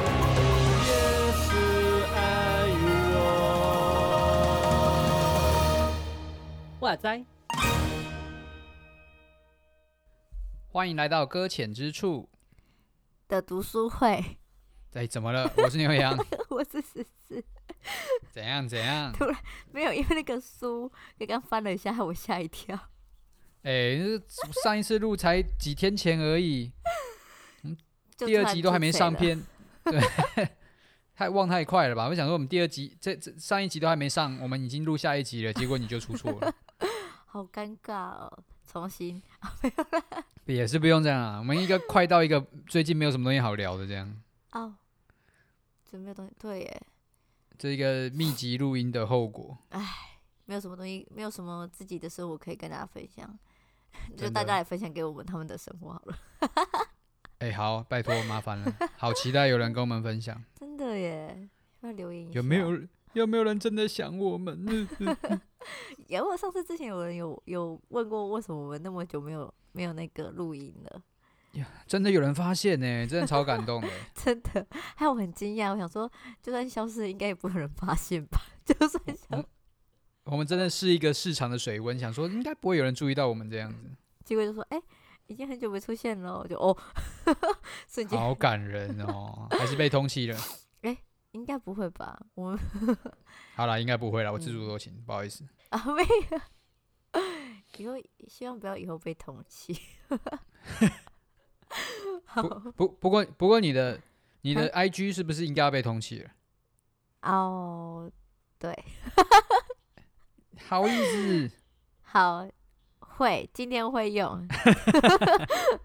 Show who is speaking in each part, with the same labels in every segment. Speaker 1: 也是爱我。哇塞！
Speaker 2: 欢迎来到搁浅之处。
Speaker 3: 的读书会，
Speaker 2: 哎，怎么了？我是牛羊，
Speaker 3: 我是十四，
Speaker 2: 怎样怎样？
Speaker 3: 没有，因为那个书刚刚翻了一下，我吓一跳。
Speaker 2: 哎，这上一次录才几天前而已，
Speaker 3: 就
Speaker 2: 第
Speaker 3: 突
Speaker 2: 二
Speaker 3: 然
Speaker 2: 集都
Speaker 3: 出
Speaker 2: 还没
Speaker 3: 贼
Speaker 2: 上
Speaker 3: 了，
Speaker 2: 片，对， 太忘太快了吧？我想说我们第二集这这上一集都还没上，我们已经录下一集了，结果你就出错 了，
Speaker 3: 好尴尬哦。重新，
Speaker 2: 也是不用这样啊。我们一个快到一个最近没有什么东西好聊的这样，
Speaker 3: 哦，怎么没有东西？对耶，
Speaker 2: 这一个密集录音的后果。
Speaker 3: 没有什么东西，没有什么自己的生活可以跟大家分 享，就
Speaker 2: 真
Speaker 3: 大
Speaker 2: 的
Speaker 3: 家来分享给我们他们的生活好了。
Speaker 2: 哎，好，拜托麻烦了，好期待有人跟我们分享，
Speaker 3: 真的耶， 要不要留言一
Speaker 2: 有没
Speaker 3: 下
Speaker 2: 有？有没有人真的想我们？
Speaker 3: 有，我上次之前有人有有问过，为什么我们那么久没有没有那个录音了？
Speaker 2: 真的有人发现呢、欸 真的超感动的。
Speaker 3: 真的，还有我很惊讶，我想说，就算消失，应该也不会有人发现吧？ 就算
Speaker 2: 嗯
Speaker 3: 消，
Speaker 2: 我们真的是一个市场的水温，想说应该不会有人注意到我们这样子，
Speaker 3: 结果就说，哎、已经很久没出现了，我就哦， 瞬间
Speaker 2: 好感人 哦，还是被通缉了。
Speaker 3: 应该不会吧？我们
Speaker 2: 好啦，应该不会啦，我自作多情，不好意思。
Speaker 3: 啊没有，以后希望不要以后被通缉。 好
Speaker 2: 不不过不过你的你的 IG 是不是应该要被通缉了？
Speaker 3: 哦，对，
Speaker 2: 好意思，
Speaker 3: 好，会，今天会用。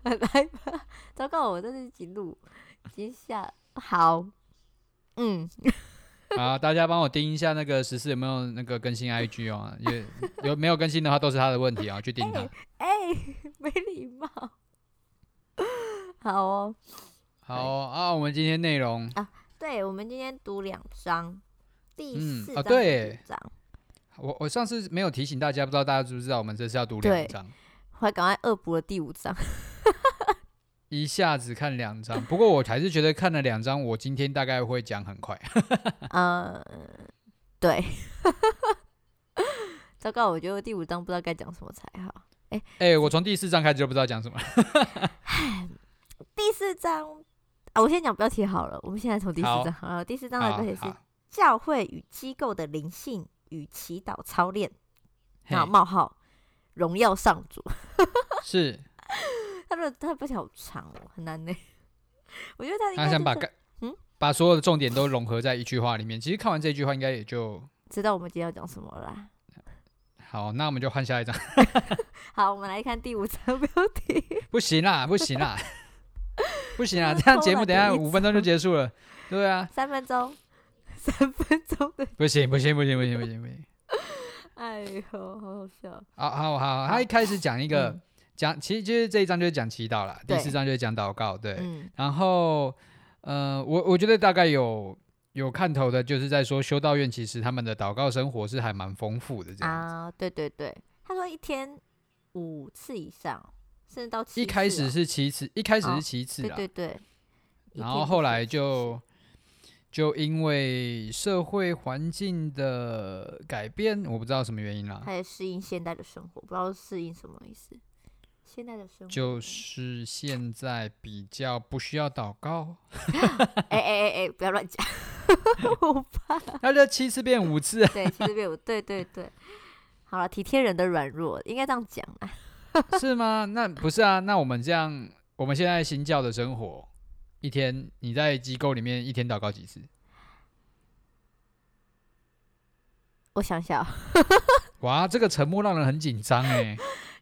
Speaker 3: 来吧， 糟糕，我在这集录，已经下好，嗯，
Speaker 2: 好，大家帮我盯一下那个十四有没有那个更新 IG 哦，也 有没有更新的话都是他的问题啊，去盯他。
Speaker 3: 哎、没礼貌。好哦，
Speaker 2: 好哦啊，我们今天内容
Speaker 3: 对我们今天读两章，第
Speaker 2: 嗯
Speaker 3: 四
Speaker 2: 啊
Speaker 3: 章、
Speaker 2: 对
Speaker 3: 第五章，
Speaker 2: 我我上次没有提醒大家，不知道大家知不知道，我们这是要读
Speaker 3: 对
Speaker 2: 两章，
Speaker 3: 我还赶快恶补了第 五章。
Speaker 2: 一下子看两章。不过我还是觉得看了两章，我今天大概会讲很快。
Speaker 3: 呃，对， 糟糕，我觉得第五章不知道该讲什么才好。
Speaker 2: 哎、我从第四章开始就不知道讲什么了。
Speaker 3: 第四章啊，我先讲标题好了。我们现在从第四
Speaker 2: 好
Speaker 3: 章好了。第四章的
Speaker 2: 好
Speaker 3: 标题是
Speaker 2: 好
Speaker 3: “教会与机构的灵性与祈祷操练”，然后
Speaker 2: 嘿
Speaker 3: 冒号荣耀上主。
Speaker 2: 是，
Speaker 3: 他的他的标题好长哦，很难呢。 我觉得他应
Speaker 2: 他
Speaker 3: 该
Speaker 2: 想把
Speaker 3: 就是
Speaker 2: 概
Speaker 3: 嗯
Speaker 2: 把所有的重点都融合在一句话里面。其实看完这句话，应该也就
Speaker 3: 知道我们今天要讲什么了啦。
Speaker 2: 好。那我们就换下一章。
Speaker 3: 好，我们来看第五章标题。
Speaker 2: 不行啦，不行啦， 不 行啦，
Speaker 3: 这
Speaker 2: 这
Speaker 3: 是
Speaker 2: 样
Speaker 3: 偷
Speaker 2: 节目
Speaker 3: 懒
Speaker 2: 等
Speaker 3: 的
Speaker 2: 下
Speaker 3: 一
Speaker 2: 五分钟就结束了。对啊，
Speaker 3: 三分钟，三分钟的，
Speaker 2: 不行不行不行不行不行不行。
Speaker 3: 哎呦，好好笑。
Speaker 2: 好好好，他一开始讲一个
Speaker 3: 嗯
Speaker 2: 讲，其实就是这一章就是讲祈祷啦，第
Speaker 3: 对
Speaker 2: 四章就是讲祷告，对。
Speaker 3: 嗯，
Speaker 2: 然后，呃，我我觉得大概有有看头的，就是在说修道院其实他们的祷告生活是还蛮丰富的这样子。
Speaker 3: 啊，对对对，他说一天五次以上，甚至到七次、
Speaker 2: 一开始、是其次，一开始
Speaker 3: 哦
Speaker 2: 是其次
Speaker 3: 对
Speaker 2: 啦，
Speaker 3: 对对，一
Speaker 2: 然
Speaker 3: 天
Speaker 2: 后
Speaker 3: 五
Speaker 2: 后
Speaker 3: 次
Speaker 2: 来
Speaker 3: 以
Speaker 2: 就就因为社会环境的改变，我不知道什么原因啦，
Speaker 3: 他也适应现代的生活，不知道适应什么意思。现代的生活
Speaker 2: 就是现在比较不需要祷告，
Speaker 3: 哎哎哎哎，不要乱讲， 我怕。
Speaker 2: 那这七次变五次啊，
Speaker 3: 对，其实没有，对对对。好了，体贴人的软弱，应该这样讲啊。
Speaker 2: 是吗？那不是啊，那我们这样，我们现在新教的生活，一天你在机构里面一天祷告几次？
Speaker 3: 我想想哦，
Speaker 2: 哇，这个沉默让人很紧张哎。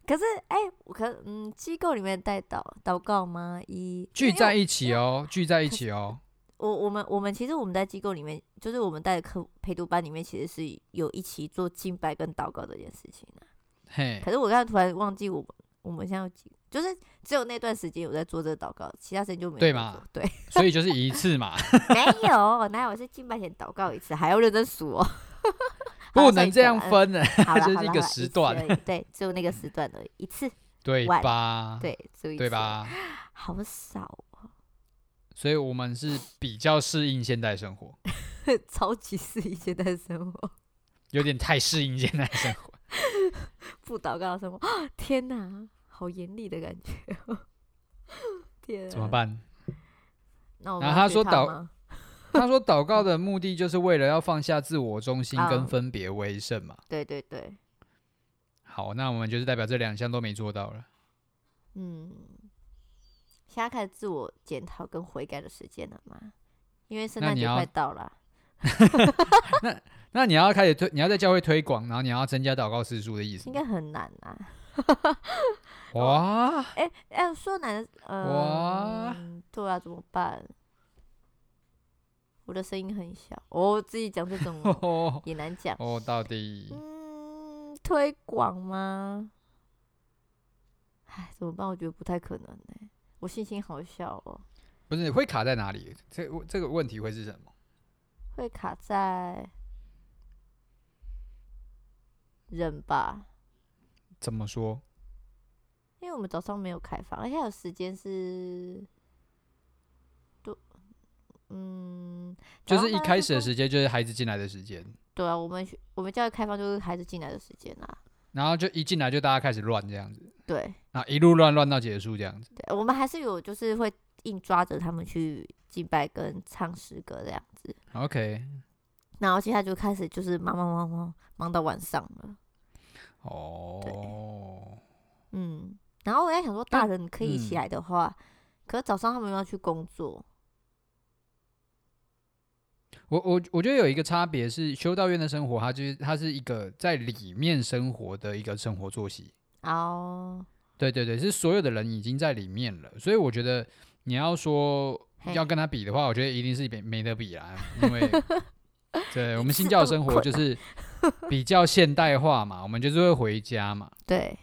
Speaker 3: 可是哎、我可嗯，机构里面带祷祷告吗？一
Speaker 2: 聚在
Speaker 3: 一，
Speaker 2: 一起哦，聚在一起哦。
Speaker 3: 我我们我们其实我们在机构里面，就是我们带的课陪读班里面，其实是有一起做敬拜跟祷告这件事情的。啊
Speaker 2: 嘿
Speaker 3: 可，是我刚才突然忘记我们我们现在有几，就是只有那段时间有在做这个祷告，其他时间就没有
Speaker 2: 对
Speaker 3: 在
Speaker 2: 嘛
Speaker 3: 做？对，
Speaker 2: 所以就是一次嘛。
Speaker 3: 没有，哪有我是敬拜前祷告一次，还要认真数哦。
Speaker 2: 不
Speaker 3: 好
Speaker 2: 能
Speaker 3: 算一
Speaker 2: 这
Speaker 3: 个
Speaker 2: 样
Speaker 3: 啦嗯
Speaker 2: 分 呢，
Speaker 3: 好 了，
Speaker 2: 这
Speaker 3: 好
Speaker 2: 是一
Speaker 3: 啦
Speaker 2: 个
Speaker 3: 好啦
Speaker 2: 时
Speaker 3: 一次
Speaker 2: 段
Speaker 3: 而已对，只有那个时段而已，一次，
Speaker 2: 对
Speaker 3: 晚
Speaker 2: 吧？
Speaker 3: 对，只有一
Speaker 2: 对
Speaker 3: 次，？
Speaker 2: 吧？
Speaker 3: 好少，
Speaker 2: 所以我们是比较适应现代生活，
Speaker 3: 超级适应现代生活，
Speaker 2: 有点太适应现代生活。
Speaker 3: 不祷告的生活， 天哪，好严厉的感觉哦，天，啊
Speaker 2: 怎么？办？
Speaker 3: 那我
Speaker 2: 然
Speaker 3: 们
Speaker 2: 后他
Speaker 3: 要学
Speaker 2: 说祷
Speaker 3: 吗
Speaker 2: 他说祷告的目的就是为了要放下自我中心跟
Speaker 3: 嗯
Speaker 2: 分别为圣嘛。
Speaker 3: 对对对，
Speaker 2: 好，那我们就是代表这两项都没做到了。
Speaker 3: 嗯，现在开始自我检讨跟悔改的时间了吗？因为圣
Speaker 2: 那
Speaker 3: 诞
Speaker 2: 你
Speaker 3: 节
Speaker 2: 要
Speaker 3: 快到了，
Speaker 2: 那你要开始推，你要在教会推广，然后你要增加祷告次数的意思
Speaker 3: 应
Speaker 2: 吗。
Speaker 3: 该很难啊。
Speaker 2: 哇，
Speaker 3: 哎、哎、说难，呃，对啊，怎么办？我的声音很小，我自己讲这 种
Speaker 2: 哦，
Speaker 3: 也难讲。
Speaker 2: 哦到底
Speaker 3: 嗯，推广吗？哎，怎么办？我觉得不太可能哎、我信心好小哦，
Speaker 2: 不是会卡在哪里？这这个问题会是什么？
Speaker 3: 会卡在人吧，
Speaker 2: 怎么说？
Speaker 3: 因为我们早上没有开放，而且还有时间是多，嗯，早
Speaker 2: 就是
Speaker 3: 上
Speaker 2: 一
Speaker 3: 大概
Speaker 2: 开始的
Speaker 3: 放
Speaker 2: 时间，就是孩子进来的时间，
Speaker 3: 对啊，我们学我们教育开放就是孩子进来的时间啦。
Speaker 2: 然后就一进来就大家开始乱这样子，
Speaker 3: 对
Speaker 2: 然后一路乱乱到结束这样子。
Speaker 3: 对，我们还是有就是会硬抓着他们去敬拜跟唱诗歌这样子，
Speaker 2: OK，
Speaker 3: 然后接下来就开始就是忙忙忙忙忙到晚上了。
Speaker 2: 哦，
Speaker 3: 嗯，然后我在想说，大
Speaker 2: 但
Speaker 3: 人可以起
Speaker 2: 嗯
Speaker 3: 来的话，可是早上他们又要去工作。
Speaker 2: 我我我觉得有一个差别是，修道院的生活，它就是它是一个在里面生活的一个生活作息。
Speaker 3: 哦，
Speaker 2: 对对对，是所有的人已经在里面了，所以我觉得你要说
Speaker 3: 嘿
Speaker 2: 要跟他比的话，我觉得一定是没没得比啦，因 为对我们
Speaker 3: 是
Speaker 2: 新
Speaker 3: 这
Speaker 2: 教
Speaker 3: 么
Speaker 2: 生活
Speaker 3: 困
Speaker 2: 就
Speaker 3: 难
Speaker 2: 是比较现代化嘛，我们就是会回家嘛，
Speaker 3: 对，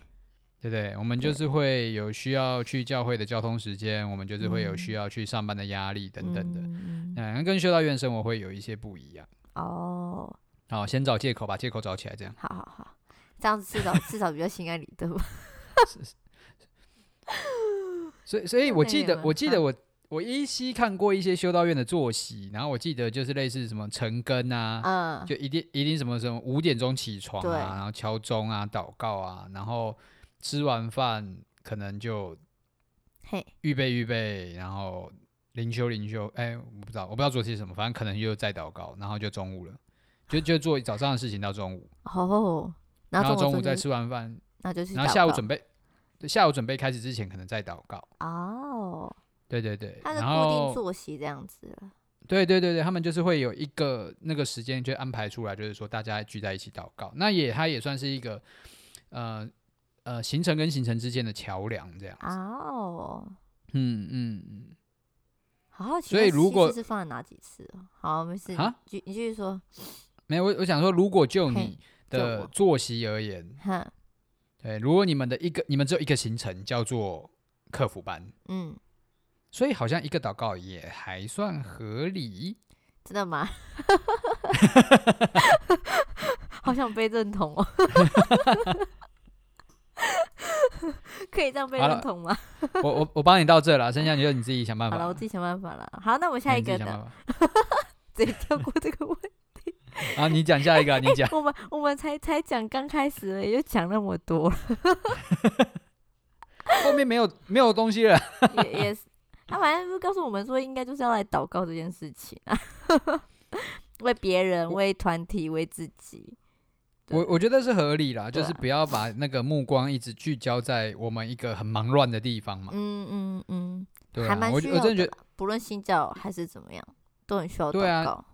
Speaker 2: 对不对？我们就
Speaker 3: 对
Speaker 2: 是会有需要去教会的交通时间，我们就是会有需
Speaker 3: 嗯
Speaker 2: 要去上班的压力等等的，
Speaker 3: 嗯、嗯
Speaker 2: 嗯，跟修道院生活会有一些不一样。
Speaker 3: 哦，
Speaker 2: 好，先找借口，把借口找起来，这样。
Speaker 3: 好好好，这样子至少至少比较心安理得吧。
Speaker 2: 所以，所以
Speaker 3: 那
Speaker 2: 我
Speaker 3: 太
Speaker 2: 记
Speaker 3: 远
Speaker 2: 得
Speaker 3: 了，
Speaker 2: 我记
Speaker 3: 啊
Speaker 2: 得我我依稀看过一些修道院的作息，然后我记得就是类似什么晨更啊，
Speaker 3: 嗯，
Speaker 2: 就一定一定什么什么五点钟起床
Speaker 3: 对
Speaker 2: 啊，然后敲钟啊、祷告啊，然后吃完饭可能就
Speaker 3: 嘿，
Speaker 2: 预备预备，然后灵修灵修，哎，我不知道我不知道做些什么，反正可能又在祷告，然后就中午了，就就做早上的事情到中午，
Speaker 3: 哦，然
Speaker 2: 然
Speaker 3: 后
Speaker 2: 后中
Speaker 3: 午
Speaker 2: 午再
Speaker 3: 吃，
Speaker 2: 吃完饭，
Speaker 3: 那就去
Speaker 2: 然后
Speaker 3: 祷
Speaker 2: 下午
Speaker 3: 告
Speaker 2: 准备，对下午准备开始之前可能在祷告。
Speaker 3: 哦，
Speaker 2: 对对对，
Speaker 3: 他的
Speaker 2: 然
Speaker 3: 固定
Speaker 2: 后
Speaker 3: 作息这样子了。
Speaker 2: 对对对对，他们就是会有一个那个时间就安排出来，就是说大家聚在一起祷告。那也它也算是一个呃呃行程跟行程之间的桥梁这样子。
Speaker 3: 哦，
Speaker 2: 嗯嗯嗯，
Speaker 3: 好好奇，
Speaker 2: 所以如果
Speaker 3: 是放了哪几次哦？好，没事，
Speaker 2: 啊
Speaker 3: 你继你继续说。
Speaker 2: 没有我我想说，如果就
Speaker 3: 嘿
Speaker 2: 你
Speaker 3: 就
Speaker 2: 的
Speaker 3: 我
Speaker 2: 作息而言，
Speaker 3: 哼，
Speaker 2: 对，如果你们的一个你们只有一个行程叫做客服班，
Speaker 3: 嗯，
Speaker 2: 所以好像一个祷告也还算合理。
Speaker 3: 真 的吗？好想被认同哦， 可以这样被
Speaker 2: 好了
Speaker 3: 认同吗？
Speaker 2: 我我我帮你到这了，剩下你就你自己想办
Speaker 3: 好
Speaker 2: 法。
Speaker 3: 了，我自己想办法了。好，那我
Speaker 2: 那
Speaker 3: 下
Speaker 2: 你
Speaker 3: 一
Speaker 2: 自己
Speaker 3: 个
Speaker 2: 想
Speaker 3: 呢？
Speaker 2: 办法。
Speaker 3: 直接跳过这个问题。
Speaker 2: 啊，你讲下一个啊，你讲。
Speaker 3: 我们 我们才才讲刚开始而已，就讲那么 多了，
Speaker 2: 后面没有没有东西了。
Speaker 3: 也也是。他反正就告诉我们说，应该就是要来祷告这件事情啊， 为别人、
Speaker 2: 我
Speaker 3: 为团体、为自己。
Speaker 2: 我我觉得是合理啦，
Speaker 3: 对
Speaker 2: 就是
Speaker 3: 啊
Speaker 2: 不要把那个目光一直聚焦在我们一个很忙乱的地方嘛。
Speaker 3: 嗯嗯嗯，
Speaker 2: 对
Speaker 3: 还
Speaker 2: 啊，
Speaker 3: 蛮
Speaker 2: 我
Speaker 3: 需
Speaker 2: 觉我
Speaker 3: 要
Speaker 2: 真的
Speaker 3: 的
Speaker 2: 觉得，
Speaker 3: 啦，不论新教还是怎么样，都很需要
Speaker 2: 对啊
Speaker 3: 祷告。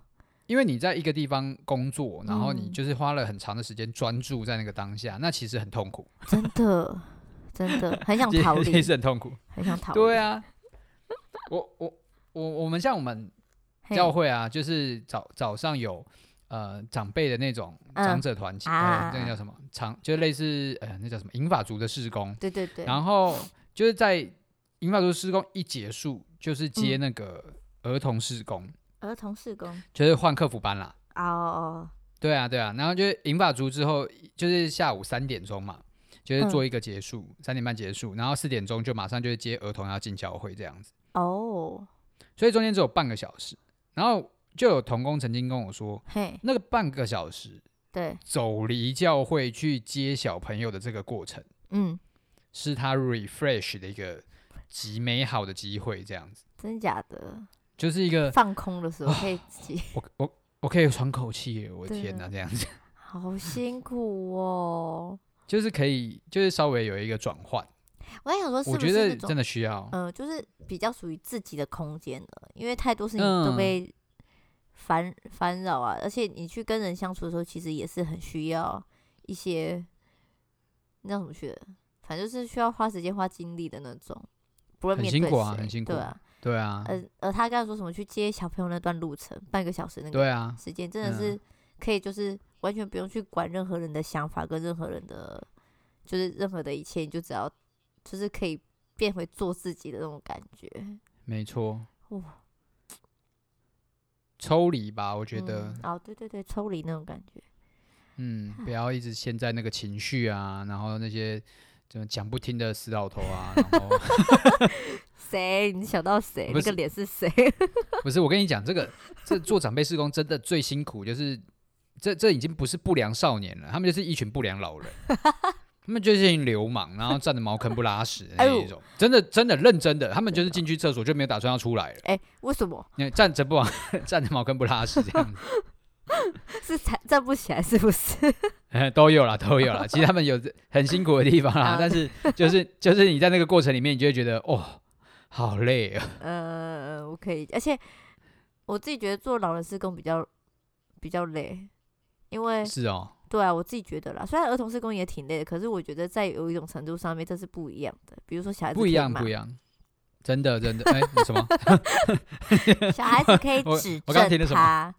Speaker 2: 因为你在一个地方工作，然后你
Speaker 3: 嗯
Speaker 2: 就是花了很长的时间专注在那个当下，那其实很痛苦，
Speaker 3: 真的，真的很 想
Speaker 2: 其
Speaker 3: 逃
Speaker 2: 实其
Speaker 3: 离，
Speaker 2: 实很痛苦。
Speaker 3: 很想逃离。
Speaker 2: 对啊，我我我我们像我们
Speaker 3: 嘿，
Speaker 2: 教会啊，就是早早上有。呃，长辈的那种
Speaker 3: 嗯
Speaker 2: 长者团体，呃，
Speaker 3: 啊
Speaker 2: 那个叫什么长，就类似呃，那叫什么银发族的事工，
Speaker 3: 对对对，
Speaker 2: 然后就是在银发族施工一结束，就是
Speaker 3: 嗯
Speaker 2: 接那个儿童施工，
Speaker 3: 儿童事工
Speaker 2: 就是换客服班啦。
Speaker 3: 哦，
Speaker 2: 对啊，对啊，然后就是银发族之后，就是下午三点钟嘛，就是
Speaker 3: 嗯
Speaker 2: 做一个结束，三、点半结束，然后四点钟就马上就是接儿童要进教会这样子，
Speaker 3: 哦，
Speaker 2: 所以中间只有半个小时。然后就有童工曾经跟我说，
Speaker 3: 嘿，
Speaker 2: 那个半个小时
Speaker 3: 对，
Speaker 2: 走离教会去接小朋友的这个过程，
Speaker 3: 嗯，
Speaker 2: 是他 refresh 的一个极美好的机会，这样子，
Speaker 3: 真假的，
Speaker 2: 就是一个
Speaker 3: 放空的时
Speaker 2: 哦
Speaker 3: 候可以自己，
Speaker 2: 我我我可以喘口气耶，我的
Speaker 3: 对
Speaker 2: 天哪，
Speaker 3: 啊
Speaker 2: 这样子
Speaker 3: 好辛苦哦。
Speaker 2: 就是可以，就是稍微有一个转换，
Speaker 3: 我在想哦说，是
Speaker 2: 我
Speaker 3: 不
Speaker 2: 觉
Speaker 3: 是那
Speaker 2: 得
Speaker 3: 种
Speaker 2: 真的需要。
Speaker 3: 嗯，就是比较属于自己的空间的，因为太多事情都
Speaker 2: 嗯
Speaker 3: 被烦烦扰啊，而且你去跟人相处的时候，其实也是很需要一些那叫什么去的，反正就是需要花时间、花精力的那种，不论
Speaker 2: 很
Speaker 3: 面
Speaker 2: 辛
Speaker 3: 对
Speaker 2: 苦啊
Speaker 3: 谁
Speaker 2: 很辛
Speaker 3: 对
Speaker 2: 苦
Speaker 3: 啊，
Speaker 2: 对啊，
Speaker 3: 呃呃，他刚才说什么去接小朋友那段路程，半个小时那个
Speaker 2: 对啊，
Speaker 3: 时间，真的
Speaker 2: 嗯
Speaker 3: 是可以就是完全不用去管任何人的想法跟任何人的，就是任何的一切，你就只要就是可以变回做自己的那种感觉。
Speaker 2: 没错
Speaker 3: 哇。
Speaker 2: 抽离吧，我觉得
Speaker 3: 嗯，哦，对对对，抽离那种感觉，
Speaker 2: 嗯，不要一直陷在那个情绪啊，然后那些怎么讲不听的死老头 啊，然后
Speaker 3: 谁？你想到谁？
Speaker 2: 不
Speaker 3: 那
Speaker 2: 是
Speaker 3: 个脸是谁？
Speaker 2: 不是，我跟你讲，这个这做长辈施工真的最辛苦，就是这这已经不是不良少年了，他们就是一群不良老人，他们就是一群流氓，然后站着茅坑不拉屎的那
Speaker 3: 哎呦
Speaker 2: 一种，真的真的认真的，他们就是进去厕所就没有打算要出来了，
Speaker 3: 哎、为什么
Speaker 2: 那站着不往 站着茅坑不拉屎这样子。
Speaker 3: 是站站不起来？是不是？
Speaker 2: 呃 都有啦，都有啦。其实他们有很辛苦的地方啦
Speaker 3: 啊，
Speaker 2: 但是就是就是你在那个过程里面，你就会觉得哦，好累啊。
Speaker 3: 呃，我可以，而且我自己觉得做老人施工比较比较累，因为
Speaker 2: 是哦，
Speaker 3: 对啊，我自己觉得啦。虽然儿童施工也挺累的，可是我觉得在有一种程度上面这是不一样的。比如说小孩子
Speaker 2: 不一样，不一
Speaker 3: 样，
Speaker 2: 样，真的真的。哎，你什么
Speaker 3: 小孩子可以
Speaker 2: 我
Speaker 3: 指
Speaker 2: 我刚听了
Speaker 3: 正
Speaker 2: 什么
Speaker 3: 他，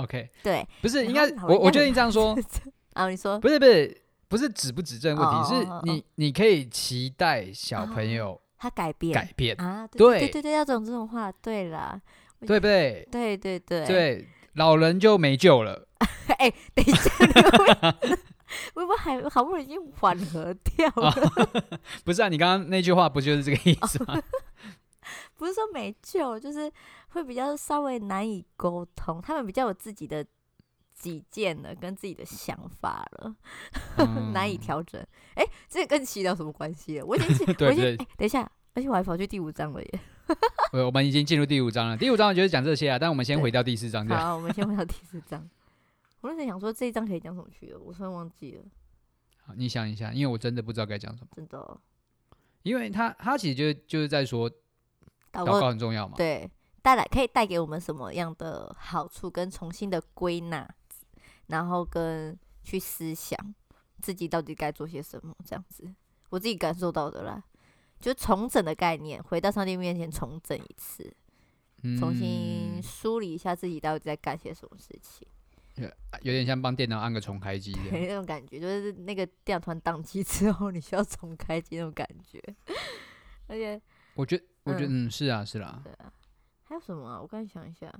Speaker 2: ？OK，
Speaker 3: 对，
Speaker 2: 不是
Speaker 3: 然
Speaker 2: 应
Speaker 3: 后
Speaker 2: 该
Speaker 3: 老
Speaker 2: 我
Speaker 3: 人
Speaker 2: 我觉
Speaker 3: 家
Speaker 2: 得
Speaker 3: 很
Speaker 2: 你这样说，
Speaker 3: 啊，你说
Speaker 2: 不是不是不是指不指正问题，
Speaker 3: 哦
Speaker 2: 是
Speaker 3: 哦哦
Speaker 2: 你你可以期待小朋友
Speaker 3: 他改变
Speaker 2: 改变，
Speaker 3: 啊？对对
Speaker 2: 对
Speaker 3: 对对，要讲这种话，对啦，
Speaker 2: 对不对？
Speaker 3: 对对对。
Speaker 2: 对，老人就没救了。
Speaker 3: 哎、等一下，你会 微博还好不容易已经缓和掉
Speaker 2: 啊
Speaker 3: 了，
Speaker 2: 不是啊，你刚刚那句话不就是这个意思吗？
Speaker 3: 不是说没救了，就是会比较稍微难以沟通，他们比较有自己的己见了，跟自己的想法了， 难以
Speaker 2: 嗯
Speaker 3: 调整。哎、这跟祈祷什么关系了？我已经祈
Speaker 2: 对
Speaker 3: 我已经
Speaker 2: 对
Speaker 3: 哎、等一下，而且我还跑去第五章了耶。
Speaker 2: 我我们已经进入第五章了，第五章就是讲这些啊，但我们先回到第四章这样。
Speaker 3: 好，我们先回到第四章。我那时候想说这一章可以讲什么去了，我突然忘记了，
Speaker 2: 好你想一下，因为我真的不知道该讲什么，
Speaker 3: 真的哦
Speaker 2: 因为他他其实就是就是在说
Speaker 3: 祷
Speaker 2: 祷
Speaker 3: 告
Speaker 2: 告很重要嘛，
Speaker 3: 对，带来可以带给我们什么样的好处，跟重新的归纳，然后跟去思想自己到底该做些什么，这样子，我自己感受到的啦。就是重整的概念，回到上帝面前重整一次，
Speaker 2: 嗯
Speaker 3: 重新梳理一下自己到底在干些什么事情，
Speaker 2: 有点像帮电脑按个重开机这样。
Speaker 3: 对那种感觉，就是那个电脑突然宕机之后，你需要重开机那种感觉。而且
Speaker 2: 我觉得我觉得嗯是啊是啦，
Speaker 3: 还有什么啊？我刚才想一下。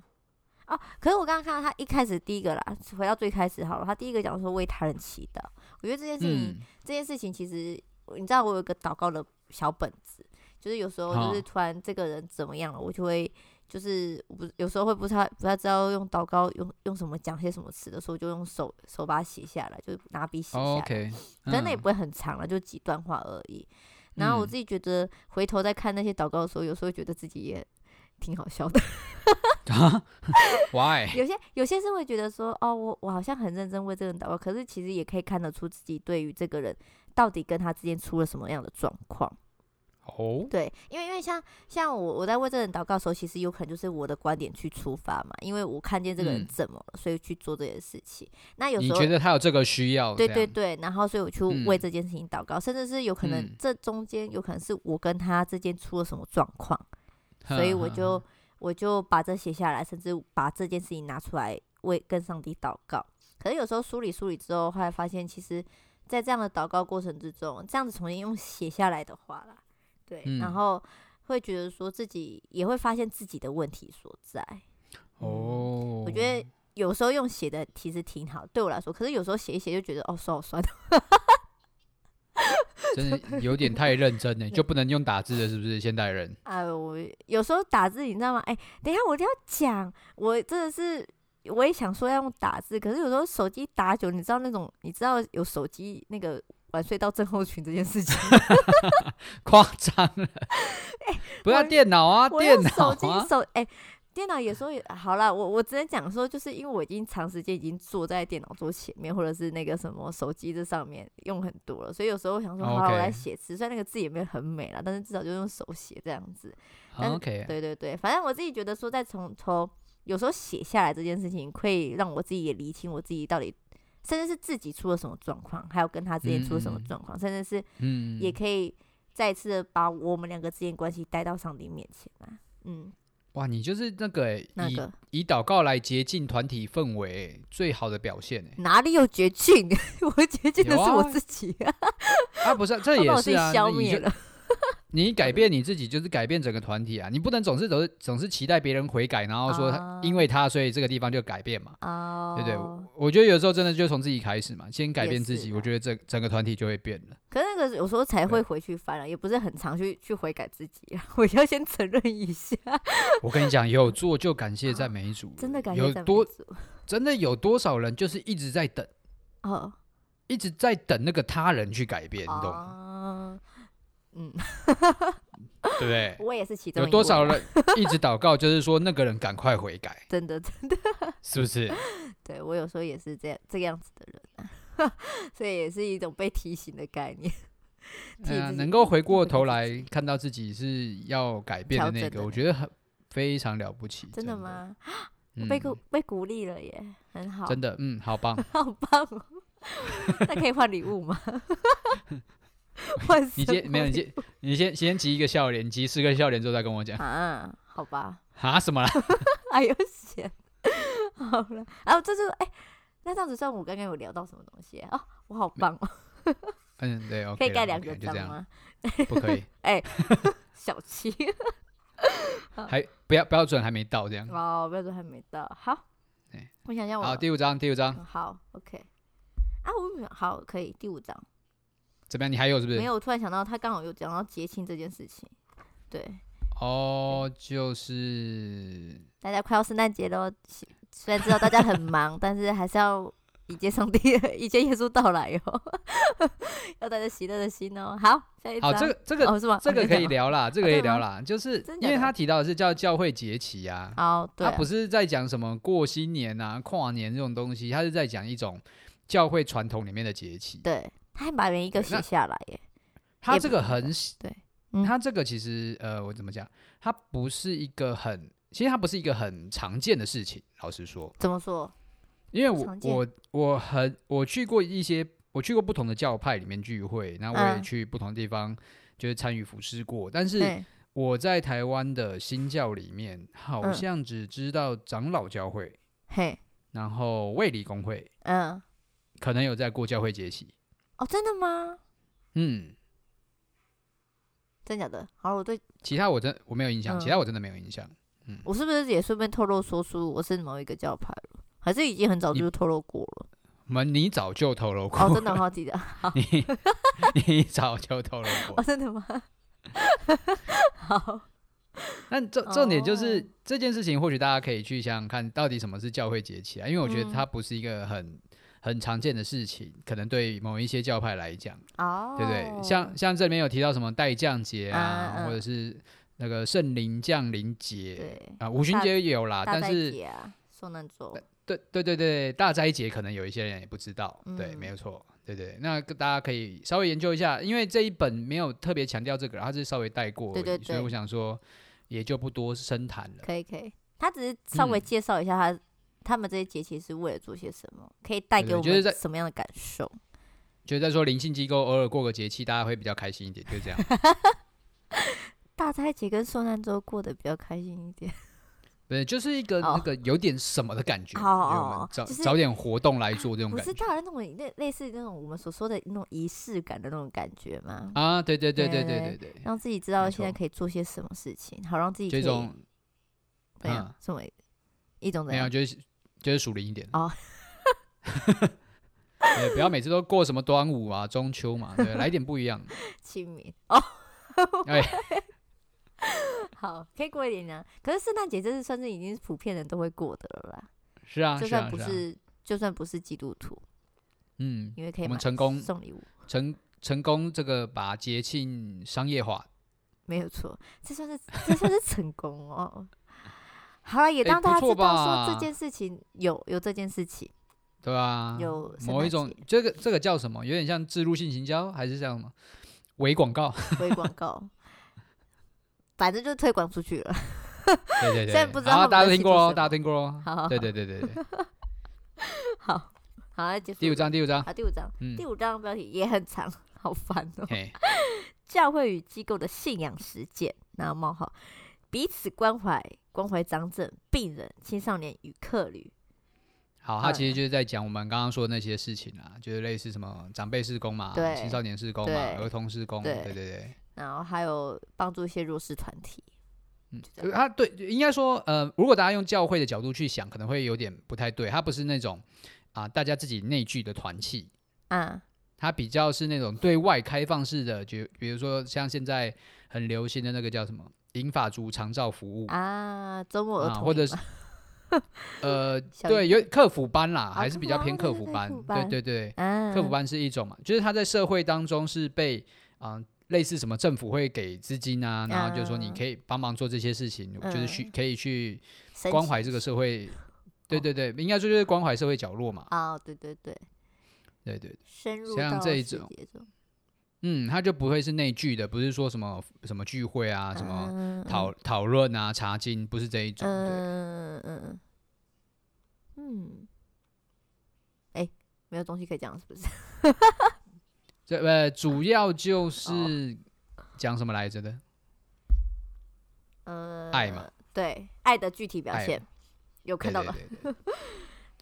Speaker 3: 哦，可是我刚刚看到他一开始第一个啦，回到最开始好了，他第一个讲说为他人祈祷，我觉得这件事情、
Speaker 2: 嗯
Speaker 3: 这件事情其实你知道我有个祷告的小本子，就是有时候就是
Speaker 2: 哦
Speaker 3: 突然这个人怎么样了，我就会就是我不有时候会不太不太知道用祷告用用什么讲些什么词的时候，就用手手把它写下来，就拿笔写下来。
Speaker 2: 哦 OK，
Speaker 3: 可能那也
Speaker 2: 嗯
Speaker 3: 不会很长了，就几段话而已。然后我
Speaker 2: 嗯
Speaker 3: 自己觉得，回头再看那些祷告的时候，有时候觉得自己也挺好笑的。
Speaker 2: 啊 why
Speaker 3: 有些有些是会觉得说，哦，我我好像很认真为这个人祷告，可是其实也可以看得出自己对于这个人到底跟他之间出了什么样的状况。
Speaker 2: 哦
Speaker 3: 对，因为因为像像我我在为这个人祷告的时候，其实有可能就是我的观点去出发嘛，因为我看见这个人
Speaker 2: 嗯
Speaker 3: 怎么了，所以去做这件事情。那有
Speaker 2: 你
Speaker 3: 时候
Speaker 2: 觉得他有这个需要？
Speaker 3: 对
Speaker 2: 这
Speaker 3: 对
Speaker 2: 样
Speaker 3: 对，然后所以我去为
Speaker 2: 嗯
Speaker 3: 这件事情祷告，甚至是有可能
Speaker 2: 嗯
Speaker 3: 这中间有可能是我跟他之间出了什么状况，
Speaker 2: 嗯
Speaker 3: 所以我就我就把这写下来，甚至把这件事情拿出来为跟上帝祷告。可是有时候梳理梳理之后，后来发现其实，在这样的祷告过程之中，这样子重新用写下来的话啦，对，然
Speaker 2: 嗯
Speaker 3: 后会觉得说自己也会发现自己的问题所在。嗯
Speaker 2: 哦，
Speaker 3: 我觉得有时候用写的其实挺好，对我来说，可是有时候写一写就觉得哦，手好酸。
Speaker 2: 真的有点太认真 了，就不能用打字了，是不是？现代人
Speaker 3: 哎，我有时候打字，你知道吗？哎、等一下我一定要讲，我真的是我也想说要用打字，可是有时候手机打久，你知道那种，你知道有手机那个晚睡到症候群这件事情，
Speaker 2: 夸张了，不要
Speaker 3: 哎我
Speaker 2: 电脑啊，
Speaker 3: 我
Speaker 2: 电
Speaker 3: 用
Speaker 2: 脑
Speaker 3: 手机
Speaker 2: 啊，
Speaker 3: 手哎。电脑有时候也好啦，我我只能讲说，就是因为我已经长时间已经坐在电脑桌前面，或者是那个什么手机这上面用很多了，所以有时候我想说，好啦，我来
Speaker 2: OK
Speaker 3: 写字，虽然那个字也没有很美啦，但是至少就用手写这样子。但是
Speaker 2: OK，
Speaker 3: 对对对，反正我自己觉得说，在从从有时候写下来这件事情，可以让我自己也厘清我自己到底，甚至是自己出了什么状况，还有跟他之间出了什么
Speaker 2: 嗯嗯嗯
Speaker 3: 状况，甚至是
Speaker 2: 嗯，
Speaker 3: 也可以再次的把我们两个之间关系带到上帝面前啊。嗯，
Speaker 2: 哇，你就是那个欸
Speaker 3: 那
Speaker 2: 以
Speaker 3: 个
Speaker 2: 以祷告来洁净团体氛围欸最好的表现 哎，
Speaker 3: 哪里有绝境？ 我绝境的
Speaker 2: 有
Speaker 3: 是我
Speaker 2: 啊
Speaker 3: 自己、
Speaker 2: 啊，不是，这
Speaker 3: 哦 他把
Speaker 2: 也
Speaker 3: 我自
Speaker 2: 是
Speaker 3: 己
Speaker 2: 啊，
Speaker 3: 消
Speaker 2: 你
Speaker 3: 灭
Speaker 2: 就
Speaker 3: 了。
Speaker 2: 你改变你自己，就是改变整个团体啊！你不能总是总是总是期待别人悔改，然后说他
Speaker 3: 啊
Speaker 2: 因为他，所以这个地方就改变嘛，
Speaker 3: 哦，
Speaker 2: 对不对？我我觉得有时候真的就从自己开始嘛，先改
Speaker 3: 也
Speaker 2: 变自
Speaker 3: 是
Speaker 2: 己，
Speaker 3: 啦
Speaker 2: 我觉得整整个团体就会变了。
Speaker 3: 可是那个有时候才会回去翻了、啊也不是很常去去悔改自己、啊， 我要先承认一下，
Speaker 2: 我跟你讲，有做就感谢赞美主，
Speaker 3: 真的感
Speaker 2: 有
Speaker 3: 谢赞美
Speaker 2: 多
Speaker 3: 主
Speaker 2: 真的有多少人就是一直在等，
Speaker 3: 哦。
Speaker 2: 一直在等那个他人去改变，你
Speaker 3: 啊
Speaker 2: 懂吗？
Speaker 3: 哦 嗯，
Speaker 2: 对不对？
Speaker 3: 我也是其中
Speaker 2: 有
Speaker 3: 一
Speaker 2: 多
Speaker 3: 位啊
Speaker 2: 少
Speaker 3: 啦？
Speaker 2: 人一直祷告，就是说那个人赶快悔改，
Speaker 3: 真的，真的，
Speaker 2: 是不是？
Speaker 3: 对我有时候也是这样这个样子的人、啊， 所以也是一种被提醒的概念。
Speaker 2: 嗯，
Speaker 3: 替自己
Speaker 2: 能够回过头来看到自己是要改变的
Speaker 3: 调
Speaker 2: 那
Speaker 3: 整
Speaker 2: 个，
Speaker 3: 的
Speaker 2: 我
Speaker 3: 那
Speaker 2: 觉得很非常了不起。
Speaker 3: 真
Speaker 2: 的
Speaker 3: 的？吗？
Speaker 2: 嗯
Speaker 3: 被鼓被鼓励了耶，很好，
Speaker 2: 真的，嗯，好棒！
Speaker 3: 好棒哦！那可以换礼物吗？换
Speaker 2: 你
Speaker 3: 什
Speaker 2: 先没有，
Speaker 3: 么
Speaker 2: 你
Speaker 3: 礼
Speaker 2: 先 你先先集一个笑脸，集十个笑脸之后再跟我讲
Speaker 3: 啊？好吧，
Speaker 2: 啊什么啦？
Speaker 3: 哎呦，闲。 好了，啊，这就是哎、那这样子算我刚刚有聊到什么东西啊？哦我好棒哦，
Speaker 2: 嗯， 对，OK，
Speaker 3: 可以盖
Speaker 2: 啦
Speaker 3: 两
Speaker 2: OK，
Speaker 3: 个
Speaker 2: 就
Speaker 3: 章
Speaker 2: 这样，
Speaker 3: 吗？哎
Speaker 2: 不可 以，
Speaker 3: 小七。
Speaker 2: 还不要标准还没到这样。
Speaker 3: 哦，标准还没到。好
Speaker 2: 哎，
Speaker 3: 我想想我
Speaker 2: 好，第五章，第五章
Speaker 3: 嗯好 OK 啊，我没有好可以第五章
Speaker 2: 怎么样？你还有是不是
Speaker 3: 没？有，我突然想到他刚好有讲到节庆这件事情，对，
Speaker 2: 哦，就是
Speaker 3: 大家快要圣诞节喽，希虽然知道大 家很忙，但是还是要迎接上帝 的，迎接耶稣到来哦， 要带着喜乐的心哦。好，下一章
Speaker 2: 好，这个这个
Speaker 3: 哦是吗？
Speaker 2: 这
Speaker 3: 哦
Speaker 2: 个
Speaker 3: 你
Speaker 2: 可
Speaker 3: 讲
Speaker 2: 以
Speaker 3: 吗
Speaker 2: 聊啦，这个可以
Speaker 3: 真的
Speaker 2: 聊
Speaker 3: 吗
Speaker 2: 啦，就是
Speaker 3: 真
Speaker 2: 因
Speaker 3: 的假
Speaker 2: 为他
Speaker 3: 的
Speaker 2: 提到的是叫教会节期啊，
Speaker 3: 哦，对
Speaker 2: 他
Speaker 3: 啊，
Speaker 2: 不是在讲什么过新年啊、跨年这种东西，他是在讲一种教会传统里面的节气。
Speaker 3: 对，他还把每一个
Speaker 2: 对那
Speaker 3: 写下来耶，
Speaker 2: 他
Speaker 3: 也
Speaker 2: 这
Speaker 3: 不
Speaker 2: 个
Speaker 3: 是
Speaker 2: 很，
Speaker 3: 对嗯
Speaker 2: 他这个其实呃，我怎么讲？它不是一个很，其实它不是一个很常见的事情。老实说，
Speaker 3: 怎么说？
Speaker 2: 因为
Speaker 3: 不
Speaker 2: 我
Speaker 3: 常见
Speaker 2: 我我很我去过一些，我去过不同的教派里面聚会，那我也
Speaker 3: 嗯
Speaker 2: 去不同地方就是参与服侍过，但是。
Speaker 3: 对，
Speaker 2: 我在台湾的新教里面，好
Speaker 3: 嗯
Speaker 2: 像只知道长老教会，
Speaker 3: 嘿，
Speaker 2: 然后卫理公会，
Speaker 3: 嗯，
Speaker 2: 可能有在过教会节期。
Speaker 3: 哦，真的吗？
Speaker 2: 嗯，
Speaker 3: 真假的？好，我对
Speaker 2: 其他我真我没有印象，
Speaker 3: 嗯
Speaker 2: 其他我真的没有印象。
Speaker 3: 我是不是也顺便透露说出我是某一个教派了？还是已经很早
Speaker 2: 你
Speaker 3: 就透露过了？
Speaker 2: 我们你早就透露过，
Speaker 3: 哦，真的好记得，好，
Speaker 2: 你你早就透露
Speaker 3: 哦，
Speaker 2: 过。
Speaker 3: 真的吗？ 好，
Speaker 2: 但重重点就是、
Speaker 3: 哦
Speaker 2: 这件事情，或许大家可以去想想看，到底什么是教会节期啊？因为我觉得
Speaker 3: 嗯
Speaker 2: 它不是一个很很常见的事情，可能对某一些教派来讲，
Speaker 3: 哦，
Speaker 2: 对不对？像像这里面有提到什么代降节啊，
Speaker 3: 啊嗯
Speaker 2: 或者是那个圣灵降临节
Speaker 3: 对
Speaker 2: 啊，五旬
Speaker 3: 大
Speaker 2: 节也有啦，
Speaker 3: 大
Speaker 2: 但
Speaker 3: 斋
Speaker 2: 是
Speaker 3: 节啊，受难周，
Speaker 2: 对对对对，大斋节可能有一些人也不知道，对，
Speaker 3: 嗯
Speaker 2: 没有错，对对，那个大家可以稍微研究一下，因为这一本没有特别强调这个，它是稍微带过而已，
Speaker 3: 对对
Speaker 2: 所以
Speaker 3: 对
Speaker 2: 我想说也就不多深谈了。
Speaker 3: 可以可以，他只是稍微
Speaker 2: 嗯
Speaker 3: 介绍一下他他们这些节气是为了做些什么，可以带
Speaker 2: 对
Speaker 3: 给
Speaker 2: 对
Speaker 3: 我
Speaker 2: 就是在
Speaker 3: 们什么样的感受？
Speaker 2: 就在说灵性机构偶尔过个节气，大家会比较开心一点，就这样。
Speaker 3: 大斋节跟受难周过得比较开心一点，
Speaker 2: 对，就是一个
Speaker 3: 哦
Speaker 2: 那个有点什么的感觉，
Speaker 3: 哦
Speaker 2: 就我
Speaker 3: 哦
Speaker 2: 们
Speaker 3: 哦
Speaker 2: 找
Speaker 3: 就是
Speaker 2: 找点活动来做这种
Speaker 3: 不
Speaker 2: 感
Speaker 3: 是
Speaker 2: 觉
Speaker 3: 到了那种类类似那种我们所说的那种仪式感的那种感觉吗？
Speaker 2: 啊，对对对对
Speaker 3: 对
Speaker 2: 对对
Speaker 3: 对
Speaker 2: 对，
Speaker 3: 让自己知
Speaker 2: 没
Speaker 3: 道现在
Speaker 2: 错
Speaker 3: 可以做些什么事情，好让自己可
Speaker 2: 这
Speaker 3: 以
Speaker 2: 种
Speaker 3: 怎样
Speaker 2: 嗯
Speaker 3: 什么一种怎
Speaker 2: 没有
Speaker 3: 样
Speaker 2: 就是就是属灵一点
Speaker 3: 啊哦。
Speaker 2: 对，不要每次都过什么端午啊、中秋嘛，对，来一点不一样的。
Speaker 3: 清 明哦，
Speaker 2: 哎，
Speaker 3: 好，可以过一点呢。可是圣诞节这是算是已经是普遍人都会过的了啦，
Speaker 2: 是 啊，
Speaker 3: 就是
Speaker 2: 啊
Speaker 3: 算，不
Speaker 2: 啊，
Speaker 3: 是就算不是基督徒，
Speaker 2: 嗯，
Speaker 3: 因为可以
Speaker 2: 我们
Speaker 3: 买
Speaker 2: 成功
Speaker 3: 送礼物，
Speaker 2: 成成功这个把节庆商业化，
Speaker 3: 没有错，这算是这算是成功哦。 好了，也
Speaker 2: 哎
Speaker 3: 让
Speaker 2: 不
Speaker 3: 大家
Speaker 2: 错
Speaker 3: 知道说
Speaker 2: 吧
Speaker 3: 这件事情有有这件事情
Speaker 2: 对吧？
Speaker 3: 有圣
Speaker 2: 啊某一
Speaker 3: 诞
Speaker 2: 种
Speaker 3: 节
Speaker 2: 这个这个叫什么？有点像植入性行销，还是叫什么伪广告？
Speaker 3: 微广告，反正就推广出去了。
Speaker 2: 对对对，
Speaker 3: 虽然不知道
Speaker 2: 好
Speaker 3: 他们
Speaker 2: 大家
Speaker 3: 在
Speaker 2: 都
Speaker 3: 庆
Speaker 2: 听
Speaker 3: 祝
Speaker 2: 过
Speaker 3: 什
Speaker 2: 哦，
Speaker 3: 么
Speaker 2: 大家听过哦。
Speaker 3: 好
Speaker 2: 对对对对对，
Speaker 3: 好好，那结束
Speaker 2: 第五章，第五章，
Speaker 3: 好，第五章，
Speaker 2: 嗯
Speaker 3: 第，五章的标题也很长，好烦哦。
Speaker 2: 嘿，
Speaker 3: 教会与机构的信仰实践，然后冒号，彼此关怀，关怀长者、病人、青少年与客旅。
Speaker 2: 好，他
Speaker 3: 嗯
Speaker 2: 其实就是在讲我们刚刚说的那些事情啊，就是类似什么长辈施工嘛，
Speaker 3: 对
Speaker 2: 青少年施工嘛
Speaker 3: 对，
Speaker 2: 儿童施工，
Speaker 3: 对
Speaker 2: 对对对。
Speaker 3: 然后还有帮助一些弱势团体，
Speaker 2: 嗯
Speaker 3: 就这，样
Speaker 2: 他对，应该说，呃，如果大家用教会的角度去想，可能会有点不太对。他不是那种啊、大家自己内聚的团契，
Speaker 3: 啊，
Speaker 2: 他比较是那种对外开放式的，就比如说像现在很流行的那个叫什么银发族长照服务
Speaker 3: 啊，周末儿
Speaker 2: 啊，
Speaker 3: 童营嘛、
Speaker 2: 或者 是 呃，
Speaker 3: 小
Speaker 2: 对，
Speaker 3: 一
Speaker 2: 有客服班啦，
Speaker 3: 啊
Speaker 2: 还是
Speaker 3: 客
Speaker 2: 比
Speaker 3: 服
Speaker 2: 较
Speaker 3: 班
Speaker 2: 偏
Speaker 3: 哦
Speaker 2: 客
Speaker 3: 对
Speaker 2: 服
Speaker 3: 对
Speaker 2: 班
Speaker 3: 客服，
Speaker 2: 对
Speaker 3: 班
Speaker 2: 对对，
Speaker 3: 啊，
Speaker 2: 客服班是一种嘛，就是他在社会当中是被啊、类似什么政府会给资金啊，然后就说你
Speaker 3: 啊
Speaker 2: 可以帮忙做这些事情，就是去
Speaker 3: 嗯
Speaker 2: 可以去
Speaker 3: 申
Speaker 2: 关
Speaker 3: 请
Speaker 2: 怀这个社会。对
Speaker 3: 哦
Speaker 2: 对对，应该说就是关怀社会角落嘛。
Speaker 3: 啊，对对对，
Speaker 2: 对对，对
Speaker 3: 深入
Speaker 2: 像
Speaker 3: 到
Speaker 2: 这一
Speaker 3: 细
Speaker 2: 种
Speaker 3: 节中
Speaker 2: 嗯，他就不会是内聚的，不是说什么什么聚会啊，什么
Speaker 3: 嗯
Speaker 2: 讨讨论啊、查经，不是这一种。对，
Speaker 3: 嗯嗯嗯嗯，哎、没有东西可以讲了是不是？
Speaker 2: 这呃主要
Speaker 3: 哦
Speaker 2: 就是讲什么来着的？
Speaker 3: 呃，
Speaker 2: 爱嘛，
Speaker 3: 对，爱的具体表
Speaker 2: 爱
Speaker 3: 现，有
Speaker 2: 对
Speaker 3: 看到
Speaker 2: 对
Speaker 3: 吗？
Speaker 2: 对 对，